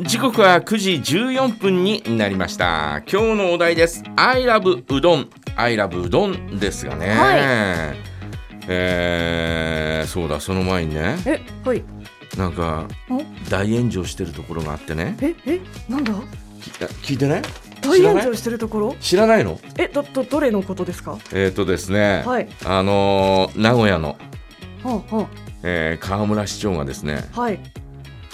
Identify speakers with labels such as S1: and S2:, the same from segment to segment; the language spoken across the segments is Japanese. S1: 時刻は9時14分になりました今日のお題です「I love うどん」「I love うどん」ですがね、
S2: はい
S1: えーそうだその前にね
S2: え、はい。
S1: なんか
S2: お
S1: 大炎上してるところがあってね
S2: え、え、なんだ。
S1: き聞いてない
S2: 大炎
S1: 知ら
S2: 上
S1: ない
S2: してるところ。
S1: 知らないの
S2: え、ど、ど、どれのことですか。
S1: えっ、とですね、
S2: はい
S1: あのー名古屋の、
S2: はんはん。
S1: えー河村市長がですね、
S2: はい。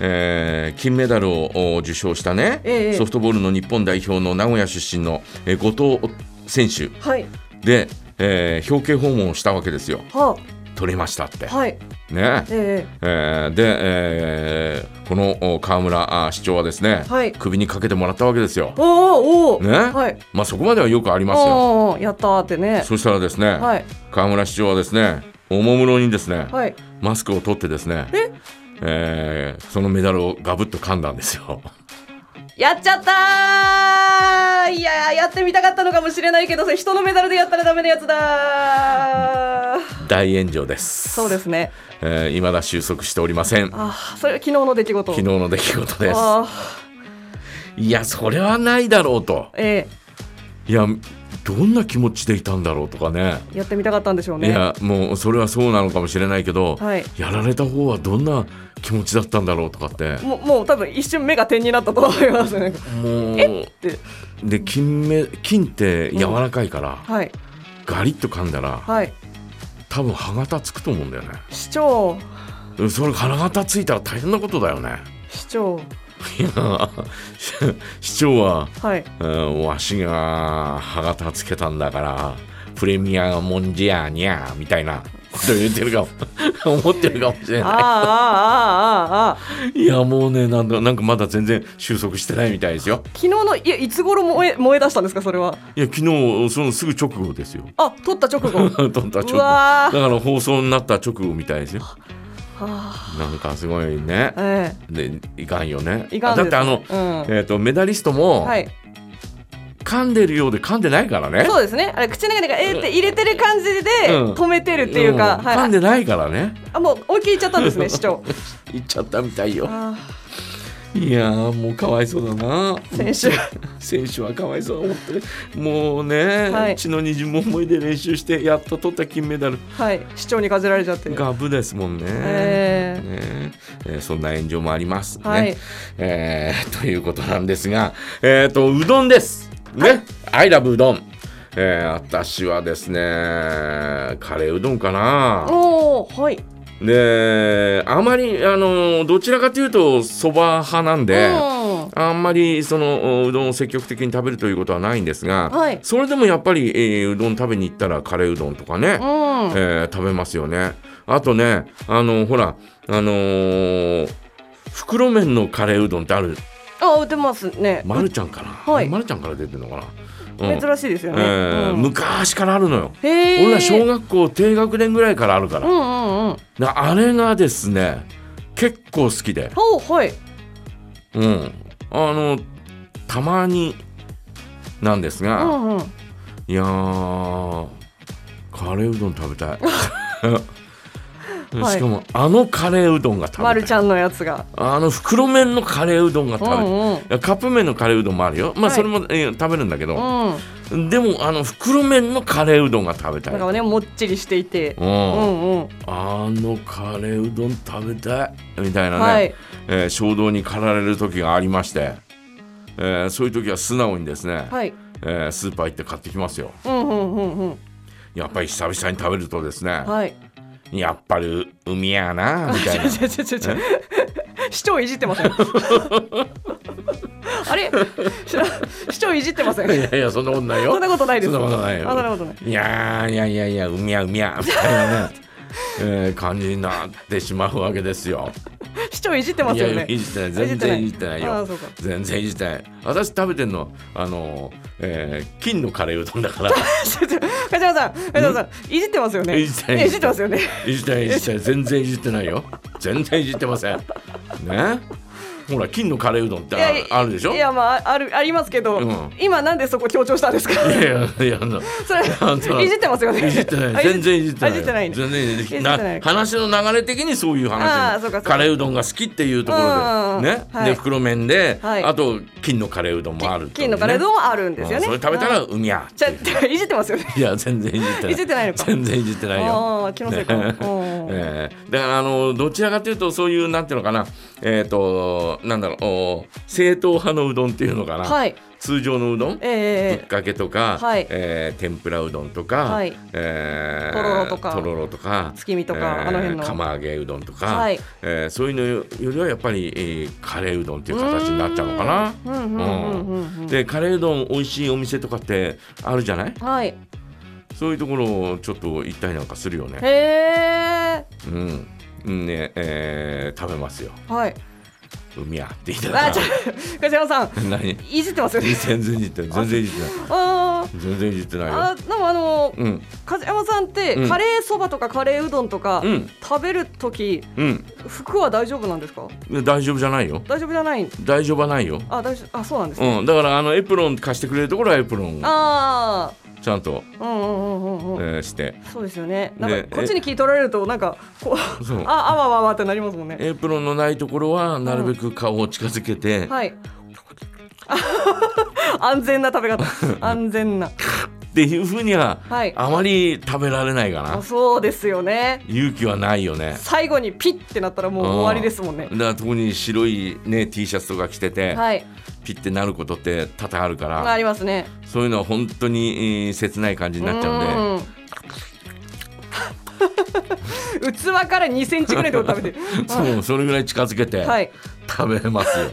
S1: えー金メダルをお受賞したね、
S2: ええ
S1: ソフトボールの日本代表の名古屋出身の、えー後藤選手
S2: はい。
S1: で、えー表敬訪問をしたわけですよ
S2: は
S1: 取れましたって、
S2: あ。はい。
S1: ね
S2: え
S1: えーで、えーこのお河村あ市長はですね、
S2: はい
S1: 首にかけてもらったわけですよ
S2: え。、おお、おー
S1: ね
S2: はい。
S1: まあ、そこまではよくありますよ
S2: おお、やったーってね。
S1: そしたらですね、
S2: はい。
S1: 河村市長はですねおもむろにですね、
S2: はい。
S1: マスクを取ってですね
S2: え、
S1: えーそのメダルをガブッと噛んだんです よ。
S2: やっちゃったーいやーやってみたかったのかもしれないけどそれ人のメダルでやったらダメなやつだー
S1: 大炎上です。
S2: そうですね
S1: えー、未だ収束しておりません。昨
S2: あーそれは昨日の出来事
S1: 日の出来事です。
S2: あー
S1: いや、それはないだろうと。
S2: え
S1: いや、どんな気持ちでいたんだろうとかね。
S2: えやってみたかったんでしょうね
S1: いや、もうそれはそうなのかもしれないけど、
S2: はい
S1: やられた方はどんな気持ちだったんだろうとかって。
S2: もうもう多分一瞬目が点になったと思いますね
S1: もう、
S2: で
S1: で、金目、金って柔らかいから、
S2: はい
S1: ガリッと噛んだら、
S2: はい
S1: 多分歯型つくと思うんだよね。
S2: 市長
S1: それ金型ついたら大変なことだよね。
S2: 市長
S1: いや 市長は、
S2: はい
S1: うん、わしが歯型つけたんだからプレミアもんじゃにゃみたいなこと言ってるかも 思ってるかもしれ
S2: あー
S1: な
S2: あーあーあーあー
S1: い。いやもうねなんだなんかまだ全然収束してないみたいですよ。
S2: 昨日のいやいつ頃燃え燃え出したんですかそれはい
S1: や昨日そのすぐ直後ですよ。
S2: あ取った直後
S1: 撮った直後
S2: うわ
S1: だ
S2: ー
S1: から放送になった直後みたいですよ。
S2: あ
S1: なんかすごいね
S2: ー。え
S1: でいかんよね。
S2: えいかんです
S1: だってあの、
S2: うん
S1: えっ、とメダリストも、
S2: はい
S1: 噛んでるようで噛んでないからね。
S2: そうですね。あれ口の中でえーって入れてる感じで
S1: うん
S2: 止めてるっていうか、
S1: ん噛ん
S2: はい。
S1: でないからね。
S2: あもう思いっきり言っちゃったんです ね、市長。
S1: 行っちゃったみたいよ。
S2: あ
S1: いやーもうかわいそうだな。
S2: ー選手。
S1: 選手はかわいそう思ってる。もうね、
S2: はい
S1: 血の滲む思いで練習してやっと取った金メダル。
S2: はい。市長にかじられちゃって。
S1: ガブですもんね。
S2: えー
S1: ねえーそんな炎上もありますね。
S2: はい
S1: えーということなんですが、えっ、と、うどんです。ね。I love うどん。えー私はですね、カレーうどんかな。
S2: おおはい。
S1: であまりあのどちらかというとそば派なんで、
S2: うん
S1: あんまりそのおうどんを積極的に食べるということはないんですが、
S2: はい
S1: それでもやっぱり、えーうどん食べに行ったらカレーうどんとかね、え
S2: うん。
S1: ー食べますよね。あとねあのほらあのー袋麺のカレーうどんってある
S2: あ打てますね。
S1: まるちゃんかな、
S2: はい
S1: まるちゃんから出てるのかな、うん
S2: 珍しいですよ
S1: え
S2: ね。
S1: ー
S2: うん
S1: 昔からあるのよ。
S2: へえ。
S1: 俺ら小学校低学年ぐらいからあるから
S2: うんう、んうん。
S1: なあれがですね結構好きで、
S2: おーはい。
S1: うん、あのたまになんです
S2: う
S1: が、
S2: んうん。
S1: いやーカレーうどん食べた い
S2: はい
S1: しかもあのカレーうどんが食
S2: ま
S1: べ
S2: るち
S1: たい
S2: ゃんのやつが。
S1: あの袋麺のカレーうどんが
S2: う
S1: 食べたい、
S2: んうん。
S1: いやカップ麺のカレーうどんもあるよ。まあ、
S2: はい
S1: それも、えー食べるんだけ
S2: う
S1: ど、
S2: ん、
S1: でも、あの袋麺のカレーうどんが食べたい。
S2: なんかねもっちりしていて、
S1: う
S2: うんんうん、
S1: あのカレーうどん食べたいみたいなね、
S2: はい
S1: えー衝動に駆られる時がありまして、えーそういう時は素直にですね、
S2: はい、
S1: えースーパー行って買ってきますよ
S2: うんうんうんうん、
S1: やっぱり久々に食べるとですね、
S2: はい、
S1: やっぱり海やなみたいな
S2: ちょちょちょちょ市長いじってません。あれ市長市 長いじってませ
S1: い
S2: ん。
S1: やいやそんなことないよ
S2: そんなことないです。
S1: そんなことないよ
S2: あそんなことない。
S1: いやーいやいやいや海や海や みたいなね、えー感じになってしまうわけですよ
S2: 市長いじってます
S1: い
S2: よ
S1: や
S2: ね。
S1: いじってない全然いじってない
S2: あ
S1: よ
S2: ーそうか。
S1: 全然いじってない私食べてんのあの、えー金のカレーうどんだ から
S2: ちょちょ梶山さん梶山さんいじってますよね。
S1: いじってない
S2: いじってますよね。
S1: いじってないいじってない全然いじってないよ全然いじってませんねほら金のカレーうどんって
S2: いやいや
S1: ああるでしょ
S2: いやまああるありますけど、
S1: うん
S2: 今なんでそこ強調したんですか
S1: いやいやいやあの
S2: それ
S1: 本当
S2: いじってますよね
S1: いじってな
S2: あ
S1: い全然いじってない
S2: あいじってないね
S1: 全然いじって
S2: いじってな
S1: ないい話の流れ的にそういう
S2: あー
S1: 話
S2: そうかそうか
S1: カレーうどんが好きっていうとこ
S2: うん
S1: ろでね
S2: はい
S1: で袋麺で
S2: はい
S1: あと金のカレーうどんもあるってことね
S2: 金のカレーうどんもあるんですよね
S1: うんそれ食べたらうみゃ
S2: ちゃって いじってますよね
S1: いや全然いじってない
S2: いじってないのか
S1: 全然いじってないよ
S2: ああ気のせいか、
S1: ね
S2: うん
S1: えーだからあのどちらかというとそういうなんていうのかなえっ、となんだろうお正統派のうどんっていうのかな、
S2: はい
S1: 通常のうどん、ぶっ
S2: ええ
S1: かけとか、
S2: はい
S1: えー天ぷらうどんとか、
S2: はい
S1: えー
S2: とろろとか
S1: とろろとか
S2: 月見とかあの辺の
S1: 釜揚げうどんとか、
S2: はい
S1: えーそういうのよりはやっぱり、えーカレーうどんっていう形になっちゃうのかな。
S2: うんうんうんうんうん
S1: でカレーうどん美味しいお店とかってあるじゃない
S2: はい
S1: そういうところをちょっと行ったりなんかするよね。
S2: へえ
S1: うん、ね、えー、食べますよ。
S2: はい
S1: うみゃって言ったら
S2: あ ちょ。梶山さん
S1: 何？
S2: いじってますよね
S1: 全然いじってない全然いじってない。
S2: あ
S1: 全然いじってない
S2: ー
S1: よ。
S2: あでもあの
S1: うん、
S2: 梶山さんって、
S1: うん
S2: カレーそばとかカレーうどんとか、
S1: うん
S2: 食べるとき
S1: うん、
S2: 服は大丈夫なんですか
S1: で大丈夫じゃないよ。
S2: 大丈夫じゃない
S1: 大丈夫はないよ。
S2: あ大丈夫あそうなんです、ね
S1: うん、だからあのエプロン貸してくれるところはエプロンを
S2: あ
S1: ちゃんと、
S2: あうんうんうんうん
S1: え
S2: うん、
S1: ーして、
S2: そうですよねなん
S1: ね
S2: かこっちに聞い取られるとなんかこう
S1: そう
S2: ああわわわってなりますもんね
S1: エプロンのないところはなるべく顔を近づけて、
S2: はい 安全な 食べ方安全な
S1: っていうふうには、
S2: はい
S1: あまり食べられないか
S2: あ
S1: な。
S2: そうですよね
S1: 勇気はないよね。
S2: 最後にピッてなったらもう終わりですもんね
S1: だから特に白いね T シャツとか着てて、
S2: はい
S1: ピッてなることって多々あるから、
S2: ありますね
S1: そういうのは本当にえー切ない感じになっちゃうんで
S2: うん 器から2センチぐらいで食べ て
S1: そうそれぐらい近づけて
S2: はい
S1: 食べますよ、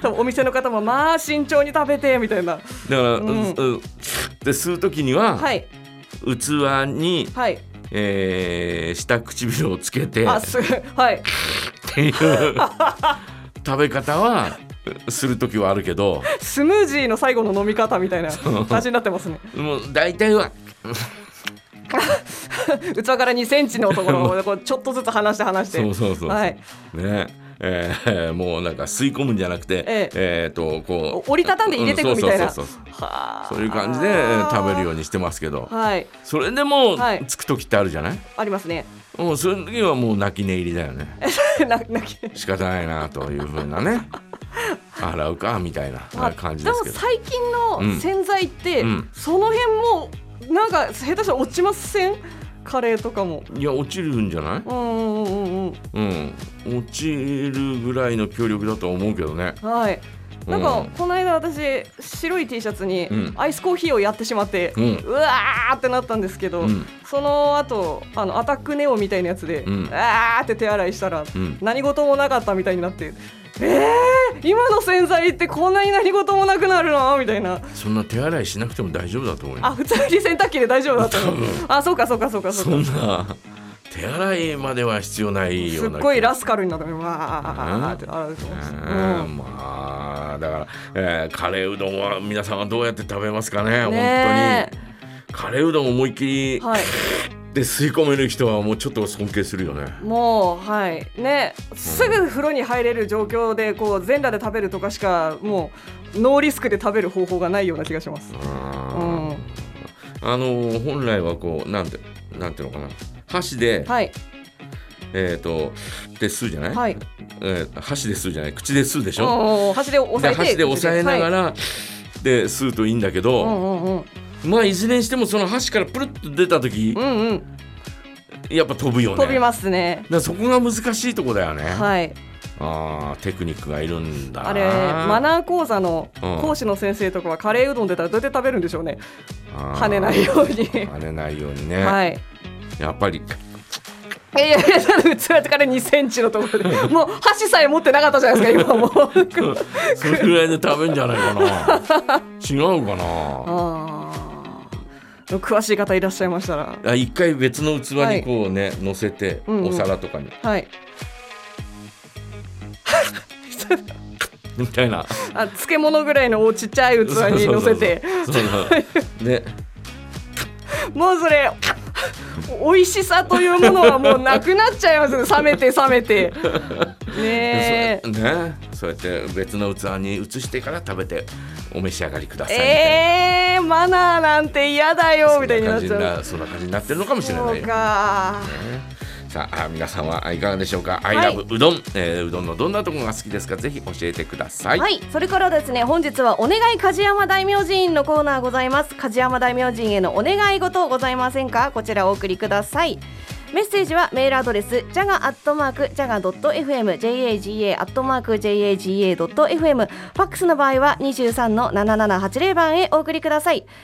S2: 多分お店の方もまあ慎重に食べてみたいな
S1: だから、
S2: う
S1: うんん、うんで吸う時には、
S2: はい
S1: 器に、
S2: はい
S1: えー下唇をつけて
S2: あ
S1: っ
S2: すはい
S1: ていう食べ方はする時はあるけど
S2: スムージーの最後の飲み方みたいな感じになってますね
S1: もう大体は
S2: 器から2センチのところをこうちょっとずつ離して離して
S1: そうそうそう、
S2: はい
S1: ねえーもうなんか吸い込むんじゃなくて、
S2: ええ
S1: えーとこう
S2: 折りたたんで入れていくみたい
S1: うん
S2: な
S1: そうそうそうそう
S2: はあ
S1: そういう感じでえー食べるようにしてますけど、
S2: はい
S1: それでも
S2: はい
S1: つく時ってあるじゃない、
S2: ありますね
S1: もうその時はもう泣き寝入りだよね
S2: ななき
S1: 仕方ないなというふうなね洗うかみたいな
S2: まあ
S1: 感じですけ
S2: も
S1: ど
S2: 最近の洗剤って、
S1: うん
S2: その辺もなんか下手したら落ちませんカレーとかも
S1: いや落ちるんじゃない
S2: うんうんうんうん
S1: うん落ちるぐらいの強力だと思うけどね
S2: はいなんか、
S1: うん
S2: この間私白い T シャツに
S1: うん
S2: アイスコーヒーをやってしまって、
S1: う
S2: うんわーってなったんですけど、
S1: うん
S2: その後あのアタックネオみたいなやつで、
S1: うん
S2: あーって手洗いしたら、
S1: ん
S2: 何事もなかったみたいになってえー、今の洗剤ってこんなに何事もなくなるのみたいな
S1: そんな手洗いしなくても大丈夫だと思うよ
S2: あ普通に洗濯機で大丈夫だったの
S1: 多分
S2: あそうかそうかそうかそう
S1: そ
S2: か
S1: んな手洗いまでは必要ないよ
S2: す
S1: う
S2: っ
S1: な
S2: ごいラ
S1: ス
S2: スカルになったのわーって洗うと思いますうん
S1: まあだから、えーカレーうどんは皆さんはどうやって食べますかね
S2: ね
S1: 本当にカレーうどん思いっきり
S2: はい
S1: で吸い込める人はもうちょっと尊敬するよね
S2: もうはいねすぐ風呂に入れる状況でこう全裸で食べるとかしかもうノーリスクで食べる方法がないような気がします。うん、は
S1: あの本来はこうなんてなんていうのかな箸で、
S2: い
S1: えっ、とで吸うじゃない、
S2: はい。
S1: えー箸で吸うじゃない口で吸うでし
S2: うん
S1: ょ、
S2: うんうん箸で押
S1: で
S2: さえて
S1: 箸で押さえなが
S2: ら。
S1: ら、で吸うといいんだけど、
S2: うんうんうん
S1: まあいずれにしてもその箸からプルッと出た時
S2: うんうん
S1: やっぱ飛ぶよね
S2: 飛びますね。
S1: だからそこが難しいとこだよね、
S2: はい。
S1: あーテクニックがいるんだな
S2: あれマナー講座の
S1: うん
S2: 講師の先生とかはカレーうどん出たらどうやって食べるんでしょうね。
S1: あー
S2: 跳ねないように。
S1: 跳ねないようにね、
S2: はい。
S1: やっぱり
S2: いやいや、器から2センチのところで、もう箸さえ持ってなかったじゃないですか、今もう。
S1: それぐらいで食べんじゃないか な違うかな
S2: あー詳しい方いらっしゃいましたら。
S1: あ一回別の器にこうね、乗せて、
S2: うんうん
S1: お皿とかに
S2: はい。
S1: みたいな
S2: あ、漬物ぐらいのおちっちゃい器に乗せて、
S1: そうそうそうそうね
S2: もうそれ、
S3: 美味しさというものはもうなくなっちゃいますよ冷めて冷めてねえ
S1: そうねそうやって別の器に移してから食べてお召し上がりくださいみたいな。
S3: えー、マナーなんて嫌だよみたいになっち
S1: そんな
S3: ゃ
S1: 感
S3: う
S1: じなそんな感じになってるのかもしれな
S3: そ
S1: いうよ。
S3: か
S1: さああ皆さんはいかがでしょうか。アイ
S3: は
S1: ラ
S3: い
S1: ブうどん、えーうどんのどんなところが好きですかぜひ教えてください。
S2: はい、それからですね、本日はお願い梶山大明神のコーナーございます。梶山大明神へのお願い事ございませんかこちらお送りください。メッセージはメールアドレス、j a g a アットマーク j a g a .fm、jaga アットマーク jaga .fm、ファックスの場合は23の7780番へお送りください。